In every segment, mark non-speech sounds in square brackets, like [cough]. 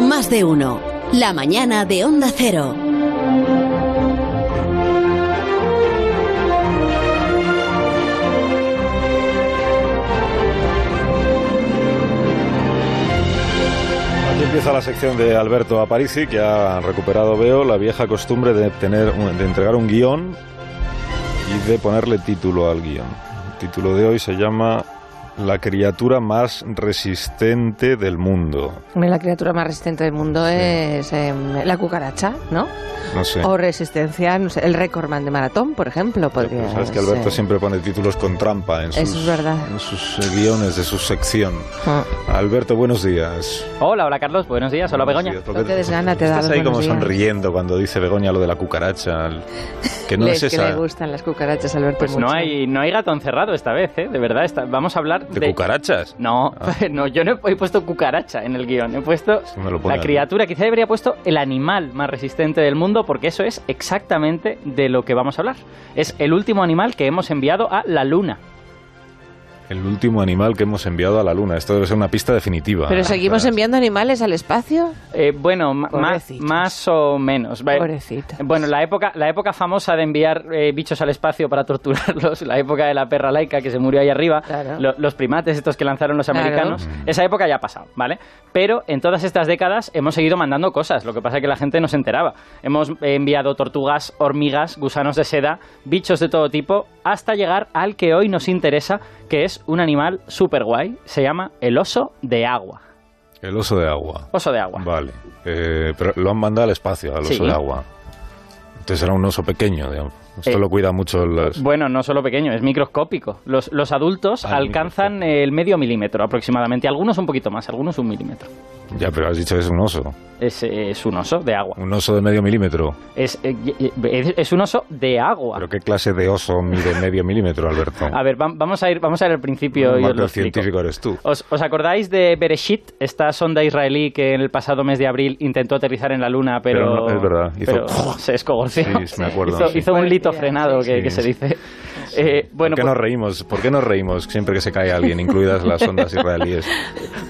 Más de uno. La mañana de Onda Cero. Aquí empieza la sección de Alberto Aparici, que ha recuperado, veo, la vieja costumbre de, tener, un- de entregar un guión y de ponerle título al guión. El título de hoy se llama La criatura más resistente del mundo. La criatura más resistente del mundo es em, la cucaracha, ¿no? No sé. O resistencia, no sé, el récord man de maratón, Oh, por ejemplo. Podría Sabes que Alberto ser. siempre pone títulos con trampa en Eso sus, es verdad. en sus eh, guiones de su sección. Ah. Alberto, buenos días. Hola, hola Carlos, buenos días, hola Begoña. Buenos días. Lo que desgana te da Estás los ahí como buenos días. sonriendo cuando dice Begoña lo de la cucaracha. el- Que no Le- es que le esa. ¿eh? gustan las cucarachas, Alberto. Pues no mucho. hay, no hay gato encerrado esta vez, ¿eh? De verdad, está- vamos a hablar ¿De de... cucarachas? No, Ah. [laughs] no, yo no he puesto cucaracha en el guión, he puesto Eso me lo pone la a mí. criatura, quizá debería puesto el animal más resistente del mundo, porque eso es exactamente de lo que vamos a hablar. Es el último animal que hemos enviado a la luna. El último animal que hemos enviado a la luna. Esto debe ser una pista definitiva. Ah, Pero seguimos Claro. enviando animales al espacio. Eh, bueno, ma- ma- Pobrecitos. más o menos. Va- Pobrecito. Eh, Bueno, la época, la época famosa de enviar eh, bichos al espacio para torturarlos, [laughs] la época de la perra laica que se murió ahí arriba, Claro. lo- los primates estos que lanzaron los Claro. americanos, esa época ya ha pasado, ¿vale? Pero en todas estas décadas hemos seguido mandando cosas, lo que pasa es que la gente no se enteraba. Hemos eh, enviado tortugas, hormigas, gusanos de seda, bichos de todo tipo, hasta llegar al que hoy nos interesa, que es un animal súper guay, se llama el oso de agua. El oso de agua. Oso de agua. Vale. Eh, pero lo han mandado al espacio, al oso Sí. de agua. Entonces era un oso pequeño, digamos. Esto Eh, lo cuida mucho los... Bueno, no solo pequeño, es microscópico. Los, los adultos Ah, alcanzan microscópico. el medio milímetro aproximadamente. Algunos un poquito más, algunos un milímetro. Ya, pero has dicho que es un oso. Es, eh, es un oso de agua. Un oso de medio milímetro. Es, eh, y- y- es- es un oso de agua. ¿Pero qué clase de oso mide medio milímetro, [laughs] Alberto? A ver, vam- vamos a ir, vamos a ir al principio Un y os marco lo explico. científico eres tú. ¿Os, os acordáis de Bereshit, esta sonda israelí que en el pasado mes de abril intentó aterrizar en la Luna, pero, Pero no, es verdad, hizo pero [laughs] se escogorció? Sí, me acuerdo, hizo, sí. hizo un lito frenado que, Sí, que se sí. dice. Eh, bueno, ¿Por qué pues- nos reímos? ¿Por qué nos reímos siempre que se cae alguien, incluidas las [laughs] ondas israelíes?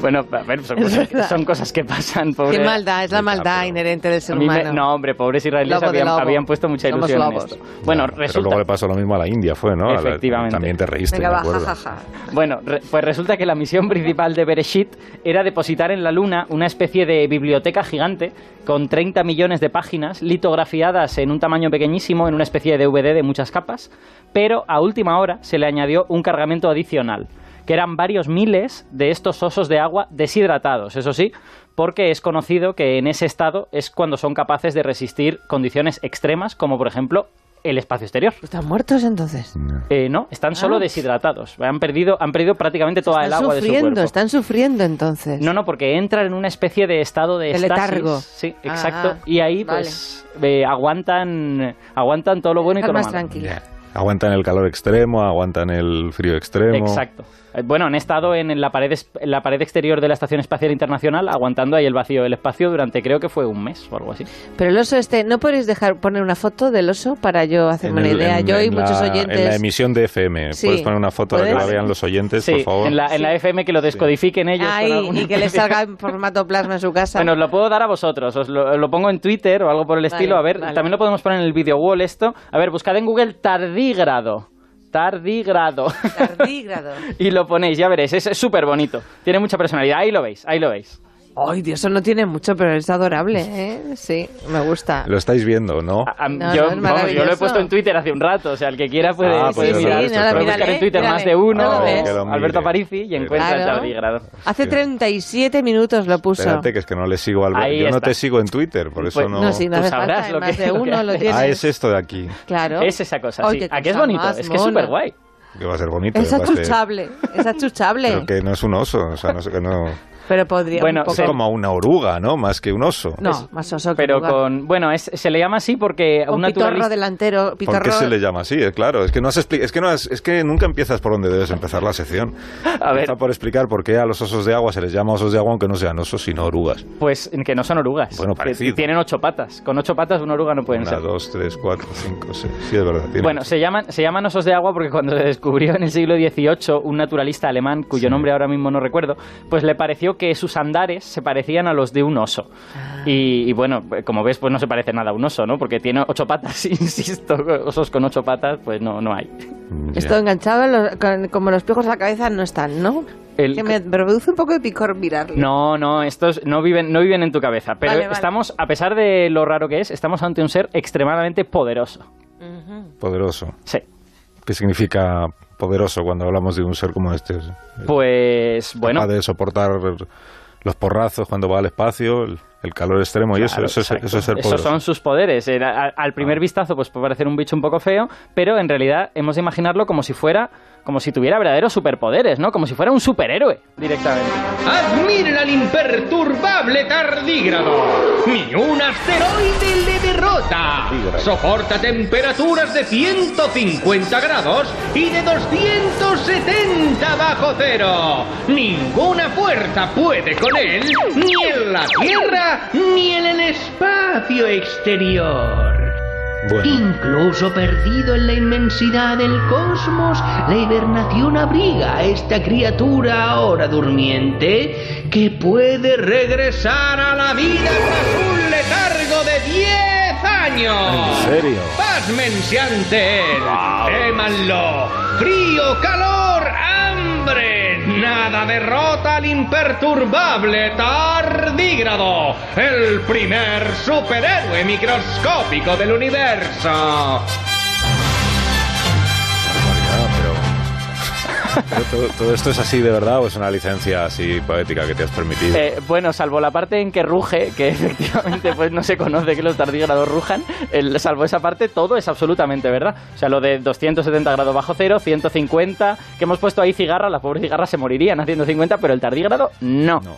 Bueno, a ver, son, cosas, que- son cosas que pasan, pobre. Qué maldad, es la Ya, maldad ah, pero- inherente del ser A mí me- humano. no, hombre, pobres israelíes Lobo de habían, lobo. habían puesto mucha Somos ilusión en lobos. esto. Bueno, Ya, Pero resulta, luego le pasó lo mismo a la India, fue, ¿no? A la- Efectivamente. también te reíste, Venga, me va, acuerdo. ja, ja, ja. bueno, re- pues resulta que la misión principal de Bereshit era depositar en la Luna una especie de biblioteca gigante con 30 millones de páginas litografiadas en un tamaño pequeñísimo, en una especie de DVD de muchas capas, pero a última hora se le añadió un cargamento adicional, que eran varios miles de estos osos de agua deshidratados, eso sí, porque es conocido que en ese estado es cuando son capaces de resistir condiciones extremas, como por ejemplo el espacio exterior. ¿Están muertos entonces? Eh, no, están solo Ah. deshidratados. Han perdido, han perdido prácticamente toda el Están agua de su sufriendo, cuerpo. están sufriendo entonces. No, no, porque entran en una especie de estado de, De estasis. letargo. Sí, Ah, exacto. y ahí vale. pues eh, aguantan, aguantan todo lo bueno y todo Están lo más malo. tranquila. Aguantan el calor extremo, aguantan el frío extremo. Exacto. Eh, Bueno, han estado en, en la pared es- en la pared exterior de la Estación Espacial Internacional aguantando ahí el vacío del espacio durante creo que fue un mes o algo así. Pero el oso este, ¿no podéis dejar poner una foto del oso para yo hacerme una el- idea? yo y en muchos la- En la oyentes. emisión de FM. Sí. ¿Puedes poner una foto para que la ¿Puedes? vean los oyentes, Sí, Pues, por favor? en la, en la FM que lo descodifiquen ellos. con Ay, alguna y que les especie de- salga en formato plasma en su casa. Bueno, os lo puedo dar a vosotros. Os lo, os lo pongo en Twitter o algo por el Vale, estilo. A ver, vale. también lo podemos poner en el video wall esto. A ver, buscad en Google tardígrado. Tardígrado. [laughs] Tardígrado. y lo ponéis, ya veréis. Es es súper bonito. Tiene mucha personalidad. Ahí lo veis, ahí lo veis. Ay, Dios, eso no tiene mucho, pero es adorable, ¿eh? Sí, me gusta. Lo estáis viendo, ¿no? A- a- No, yo, no, es vamos, yo lo he maravilloso. puesto en Twitter hace un rato. O sea, el que quiera puede, Ah, pues puede sí, mirar. sí, nada, puede buscar mírale, en Twitter mírale. más de uno. No lo o ves. Que lo mire. Alberto Aparici y encuentra el Claro. tardígrado. Hace 37 minutos lo puso. Espérate, que es que no le sigo al Ahí Yo no está. te sigo en Twitter, por eso Pues, no. no, sí, no Tú hace sabrás falta, ¿eh? lo más que- de lo que uno lo haces. tienes. ah, es esto de aquí. Claro. Es esa cosa, Ay, sí. qué Ah, que es cosa bonito, más es que es mona. súper guay. Que va a ser bonito. Es que va a ser- achuchable, es achuchable. Pero que no es un oso, o sea, no sé que no. Pero podría Bueno, un poco... Sí. Es como una oruga, ¿no? Más que un oso. No, más oso que Pero lugar. con. Bueno, es- se le llama así porque a Con un pitorro naturalista. delantero, pitorro... ¿Por qué se le llama así? Eh, Claro, es que no has expli- es que no has- es que nunca empiezas por donde debes empezar la sección. A ver. Está por explicar por qué a los osos de agua se les llama osos de agua aunque no sean osos sino orugas. Pues que no son orugas. Bueno, Que parecido. Tienen ocho patas. Con ocho patas una oruga no pueden Una, ser. dos, tres, cuatro, cinco, seis. Sí, es verdad. tiene Bueno, mucho. se llaman, se llaman osos de agua porque cuando se descubrió en el siglo XVIII un naturalista alemán, cuyo nombre ahora mismo no recuerdo, pues le pareció que sus andares se parecían a los de un oso. Ah. Y, y bueno, como ves, pues no se parece nada a un oso, ¿no? Porque tiene ocho patas, [laughs] insisto, osos con ocho patas, pues no, no hay. Ya. Esto enganchado, en los- con- como los piojos a la cabeza no están, ¿no? El- Que me produce un poco de picor mirarlo. No, no, estos no viven, no viven en tu cabeza. Pero Vale, vale. estamos, a pesar de lo raro que es, estamos ante un ser extremadamente poderoso. Poderoso. Sí. ¿Qué significa poderoso cuando hablamos de un ser como este? Pues bueno, Capaz de soportar los porrazos cuando va al espacio, el, el calor extremo y eso. Claro, Eso es, Ah. exacto. eso es ser Esos poderoso. son sus poderes. Era- a- al primer vistazo, pues puede parecer un bicho un poco feo, pero en realidad hemos de imaginarlo como si fuera, como si tuviera verdaderos superpoderes, ¿no? Como si fuera un superhéroe directamente. Admiren al imperturbable tardígrado. Ni un asteroide le derrota. Tardígrado. Soporta temperaturas de 150 grados y de 270 bajo cero. Ninguna fuerza puede con él, ni en la Tierra, ni en el espacio exterior. Bueno, Incluso perdido en la inmensidad del cosmos, la hibernación abriga a esta criatura ahora durmiente que puede regresar a la vida tras un letargo de 10 años. ¿En serio? Pasmense ante él. Témanlo. Frío, calor, hambre. Nada derrota al imperturbable tardígrado. El primer superhéroe microscópico del universo. barbaridad, pero- pero todo, todo esto es así de verdad o es una licencia así poética que te has permitido? Eh, bueno, salvo la parte en que ruge, que [laughs] efectivamente pues no se conoce que los tardígrados rujan, el- salvo esa parte, todo es absolutamente verdad. O sea, lo de 270 grados bajo cero, 150, que hemos puesto ahí cigarra, las pobres cigarras se morirían a 150, pero el tardígrado no. No.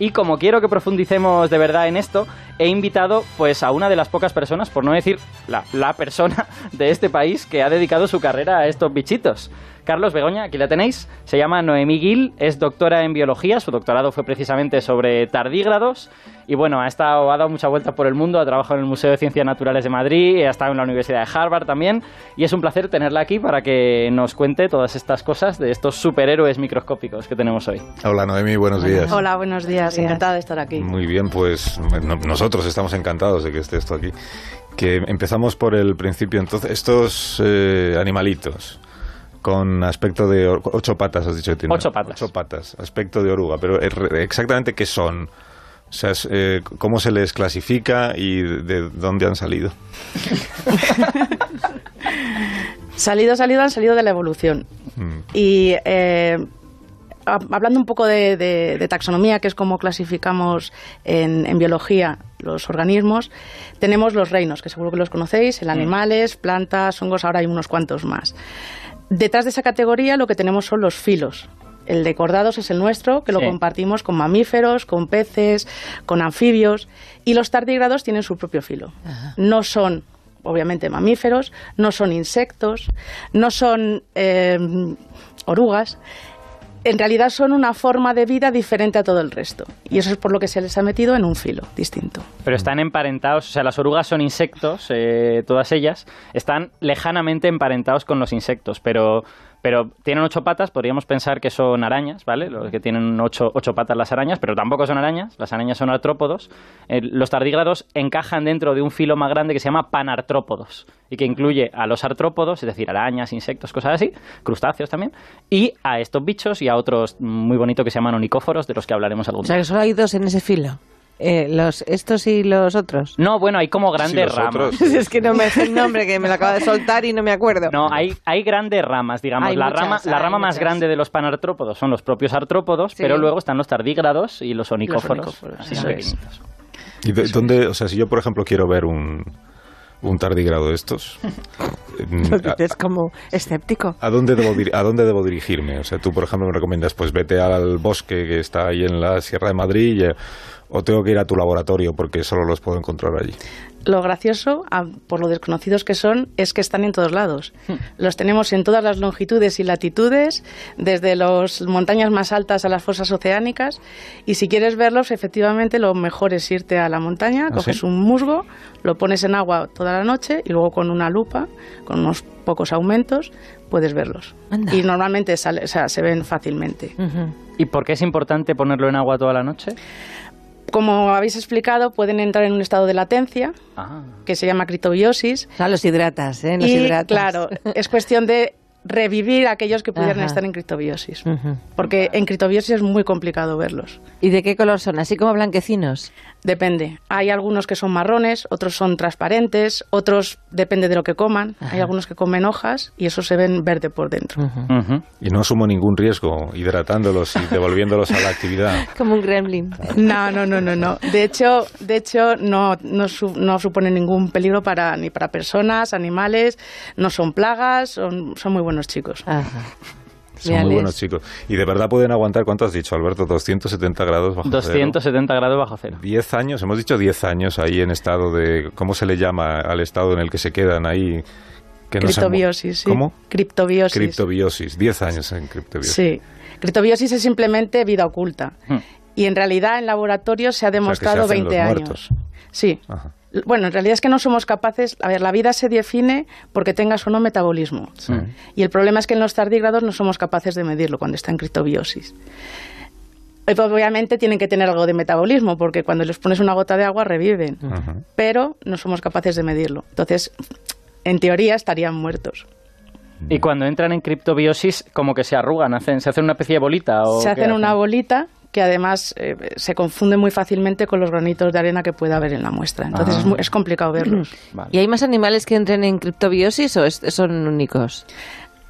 Y como quiero que profundicemos de verdad en esto, he invitado pues a una de las pocas personas, por no decir la, la persona de este país que ha dedicado su carrera a estos bichitos. Carlos Begoña, aquí la tenéis, se llama Noemí Gil, es doctora en biología, su doctorado fue precisamente sobre tardígrados y bueno, ha estado ha dado mucha vuelta por el mundo, ha trabajado en el Museo de Ciencias Naturales de Madrid, ha estado en la Universidad de Harvard también y es un placer tenerla aquí para que nos cuente todas estas cosas de estos superhéroes microscópicos que tenemos hoy. Hola Noemi, buenos días. Hola, buenos días. Buenos días. Encantada de estar aquí. Muy bien, pues no- nosotros estamos encantados de que esté esto aquí. Que empezamos por el principio. Entonces, estos eh, animalitos con aspecto de or- ocho patas, has dicho que tienen. Ocho patas. Ocho patas, aspecto de oruga. Pero eh, re- exactamente qué son. O sea, es, eh, cómo se les clasifica y de dónde han salido. Salido, salido, han salido de la evolución. Mm. Y eh, ha- hablando un poco de, de- de taxonomía, que es como clasificamos en, en biología los organismos, tenemos los reinos, que seguro que los conocéis, en animales, plantas, hongos, ahora hay unos cuantos más. Detrás de esa categoría lo que tenemos son los filos. El de cordados es el nuestro, que lo Sí. compartimos con mamíferos, con peces, con anfibios. Y los tardígrados tienen su propio filo. No son, obviamente, mamíferos, no son insectos, no son eh, orugas. En realidad son una forma de vida diferente a todo el resto. Y eso es por lo que se les ha metido en un filo distinto. Pero están Mm. emparentados, o sea, las orugas son insectos, eh, todas ellas, están lejanamente emparentados con los insectos, pero, pero tienen ocho patas, podríamos pensar que son arañas, ¿vale? Los que tienen ocho, ocho patas las arañas, pero tampoco son arañas, las arañas son artrópodos. Eh, los tardígrados encajan dentro de un filo más grande que se llama panartrópodos, y que incluye a los artrópodos, es decir, arañas, insectos, cosas así, crustáceos también, y a estos bichos y a otros muy bonitos que se llaman onicóforos, de los que hablaremos algún O día. sea, que solo hay dos en ese filo. Eh, los estos y los [laughs] otros. No, bueno, hay como Sí, grandes los ramas. otros, sí. es que no me sé el nombre, que me lo acaba de soltar y no me acuerdo. No, hay, hay grandes ramas, digamos. Hay la muchas, rama, la hay rama más muchas. grande de los panartrópodos son los propios artrópodos, Sí. pero luego están los tardígrados y los onicóforos. onicóforos, así eso es. pequeñitos. ¿Y de- dónde, o sea, si yo, por ejemplo, quiero ver un, un tardigrado de [laughs] estos, mm, Lo dices como escéptico. ¿A dónde, debo dir- ¿A dónde debo dirigirme? O sea, tú, por ejemplo, me recomiendas, pues vete al bosque que está ahí en la Sierra de Madrid eh, o tengo que ir a tu laboratorio porque solo los puedo encontrar allí. Lo gracioso, a- por lo desconocidos que son, es que están en todos lados. Hmm. Los tenemos en todas las longitudes y latitudes, desde las montañas más altas a las fosas oceánicas. Y si quieres verlos, efectivamente, lo mejor es irte a la montaña, ¿Ah, coges sí? un musgo, lo pones en agua toda la noche y luego con una lupa, con unos pocos aumentos, puedes verlos. Anda. Y normalmente sale- o sea, se ven fácilmente. ¿Y por qué es importante ponerlo en agua toda la noche? Como habéis explicado, pueden entrar en un estado de latencia, Ah. que se llama criptobiosis. O sea, los hidratas, ¿eh? Los y hidratas. claro, es cuestión de revivir a aquellos que pudieran Ajá. estar en criptobiosis. [laughs] Ujú. Porque en criptobiosis es muy complicado verlos. ¿Y de qué color son? Así como blanquecinos. Depende. Hay algunos que son marrones, otros son transparentes, otros depende de lo que coman. Hay algunos que comen hojas y esos se ven verde por dentro. Ujú. Y no asumo ningún riesgo hidratándolos y devolviéndolos a la [laughs] actividad. Como un gremlin. No, no, no, no, no. De hecho, de hecho no, no, su- no supone ningún peligro para ni para personas, animales, no son plagas, son, son muy buenos chicos. Ajá. Son Ya muy les- buenos chicos. Y de verdad pueden aguantar, ¿cuánto has dicho, Alberto? 270 grados bajo cero. 270 grados bajo cero. 10 años, hemos dicho 10 años ahí en estado de. ¿Cómo se le llama al estado en el que se quedan ahí? Que no se han mu- Criptobiosis, sí. ¿Cómo? Criptobiosis. Criptobiosis. 10 años en criptobiosis. Sí. Criptobiosis es simplemente vida oculta. Hmm. Y en realidad en laboratorio se ha se demostrado hacen 20 los años. muertos. Ah. Sí. Ajá. L- Bueno, en realidad es que no somos capaces. A ver, la vida se define porque tengas o no metabolismo. Y el problema es que en los tardígrados no somos capaces de medirlo cuando está en criptobiosis. Eh, pues, Obviamente tienen que tener algo de metabolismo porque cuando les pones una gota de agua reviven, Ajá. pero no somos capaces de medirlo. Entonces, en teoría estarían muertos. Y cuando entran en criptobiosis, como que se arrugan, hacen, se hacen una especie de bolita. ¿o se qué hacen una bolita que además eh, se confunde muy fácilmente con los granitos de arena que puede haber en la muestra. Entonces Ah. es, muy- es complicado verlos. Vale. ¿Y hay más animales que entren en criptobiosis o es- son únicos?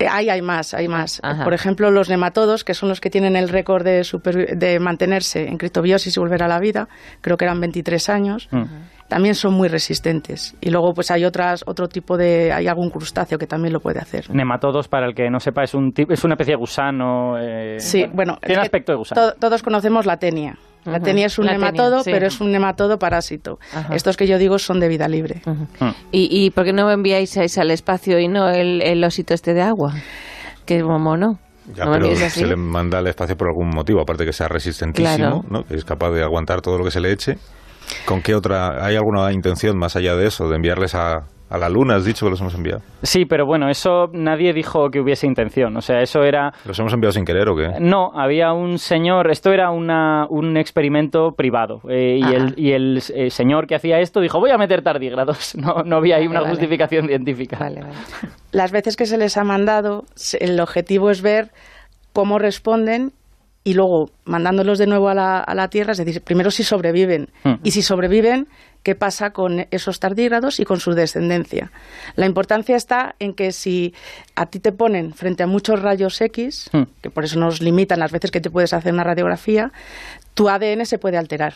Eh, Hay, hay más, hay más. Ajá. Por ejemplo, los nematodos, que son los que tienen el récord de, supervi- de mantenerse en criptobiosis y volver a la vida, creo que eran 23 años, Mm. también son muy resistentes. Y luego pues hay otras, otro tipo de, hay algún crustáceo que también lo puede hacer. Nematodos, para el que no sepa, es, un ti- es una especie de gusano. eh, Sí, bueno, Tiene eh, aspecto de gusano. to- todos conocemos la tenia. La Ujú. tenia es un La tenia, nematodo, sí. pero es un nematodo parásito. Ajá. Estos que yo digo son de vida libre. Mm. ¿Y, y por qué no enviáis a ese al espacio y no el, el osito este de agua? Que es mono. Ya, ¿No me pero miréis así? se le manda al espacio por algún motivo, aparte que sea resistentísimo, Claro. ¿no? que es capaz de aguantar todo lo que se le eche. ¿Con qué otra? ¿Hay alguna intención más allá de eso, de enviarles a, a la luna? Has dicho que los hemos enviado. Sí, pero bueno, eso nadie dijo que hubiese intención. O sea, eso era. ¿Los hemos enviado sin querer o qué? Eh, No, había un señor, esto era una, un experimento privado eh, y, Ah. el, y el eh, señor que hacía esto dijo voy a meter tardígrados, [laughs] no, no había ahí Vale, una vale. [laughs] justificación científica. Vale, vale. Las veces que se les ha mandado, se- el objetivo es ver cómo responden y luego mandándolos de nuevo a la, a la Tierra, es decir, primero si sobreviven Mm. y si sobreviven, qué pasa con esos tardígrados y con su descendencia. La importancia está en que si a ti te ponen frente a muchos rayos X, Mm. que por eso nos limitan las veces que te puedes hacer una radiografía, tu ADN se puede alterar.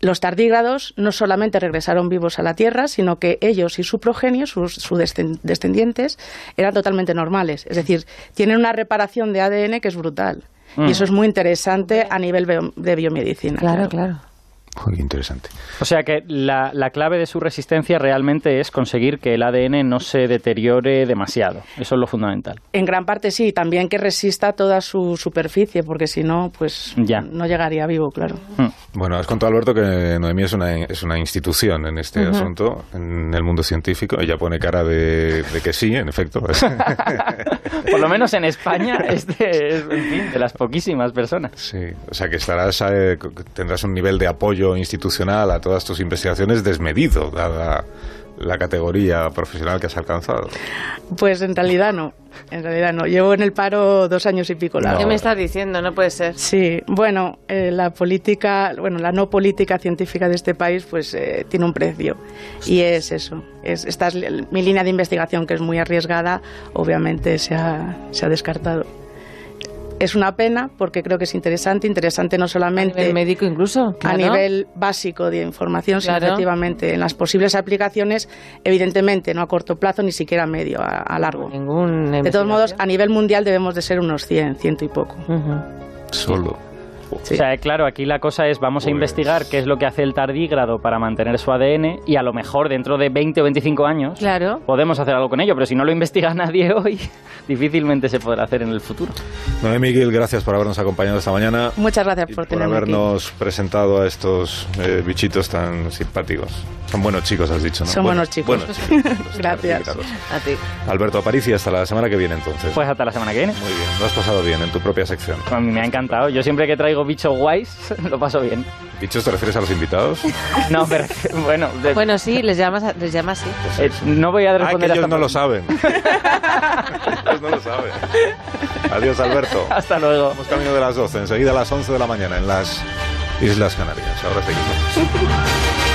Los tardígrados no solamente regresaron vivos a la Tierra, sino que ellos y su progenio, sus, sus descen- descendientes, eran totalmente normales. Es decir, tienen una reparación de ADN que es brutal. Mm. Y eso es muy interesante a nivel bio- de biomedicina. Claro, claro. Joder, qué interesante. O sea que la, la clave de su resistencia realmente es conseguir que el ADN no se deteriore demasiado. Eso es lo fundamental. En gran parte sí, también que resista toda su superficie, porque si no, pues Ya. no llegaría vivo, claro. Hmm. Bueno, has contado, Alberto, que Noemí es una, es una institución en este asunto, en el mundo científico. Ella pone cara de, de que sí, en efecto. Por lo menos en España, [laughs] este es en fin, de las poquísimas personas. sí, o sea que estarás, eh, co- tendrás un nivel de apoyo institucional a todas tus investigaciones desmedido, dada la categoría profesional que has alcanzado. Pues en realidad no, en realidad no. Llevo en el paro dos años y pico. la No. ¿Qué me estás diciendo? No puede ser. Sí, bueno, eh, la política, bueno, la no política científica de este país, pues eh, tiene un precio. Y es eso. Es, esta es li- mi línea de investigación, que es muy arriesgada, obviamente se ha, se ha descartado. Es una pena porque creo que es interesante, interesante no A solamente nivel médico incluso. a claro. nivel básico de información, sino Claro. efectivamente en las posibles aplicaciones, evidentemente no a corto plazo, ni siquiera a medio, a, a largo. Ningún De todos modos, investigación. a nivel mundial debemos de ser unos 100, ciento y poco. Ujú. Solo. O sea, claro, aquí la cosa es, vamos a Pues- investigar qué es lo que hace el tardígrado para mantener su ADN y a lo mejor dentro de 20 o 25 años Claro. podemos hacer algo con ello, pero si no lo investiga [laughs] nadie hoy, difícilmente se podrá hacer en el futuro. Noemí Gil, gracias por habernos acompañado esta mañana Muchas gracias y por por, tenerme aquí. habernos presentado a estos eh, bichitos tan simpáticos. Son buenos chicos, has dicho, ¿no? Son buenos chicos. Buenos chicos. [laughs] los Gracias. tardígrados. A ti. Alberto Aparici, hasta la semana que viene entonces. Pues hasta la semana que viene. Muy bien, lo has pasado bien en tu propia sección. A mí me ha encantado. Yo siempre que traigo bichos guays, [laughs] lo paso bien. ¿Bichos te refieres a los invitados? No, pero [laughs] bueno, de- Bueno, sí, les llamas, a- les llamas así. eh, no voy a Ah, que responder ellos hasta no lo saben. ellos no lo saben. Adiós, [laughs] Alberto. Hasta luego. Estamos camino de las 12, enseguida a las 11 de la mañana en las Islas Canarias. Ahora seguimos.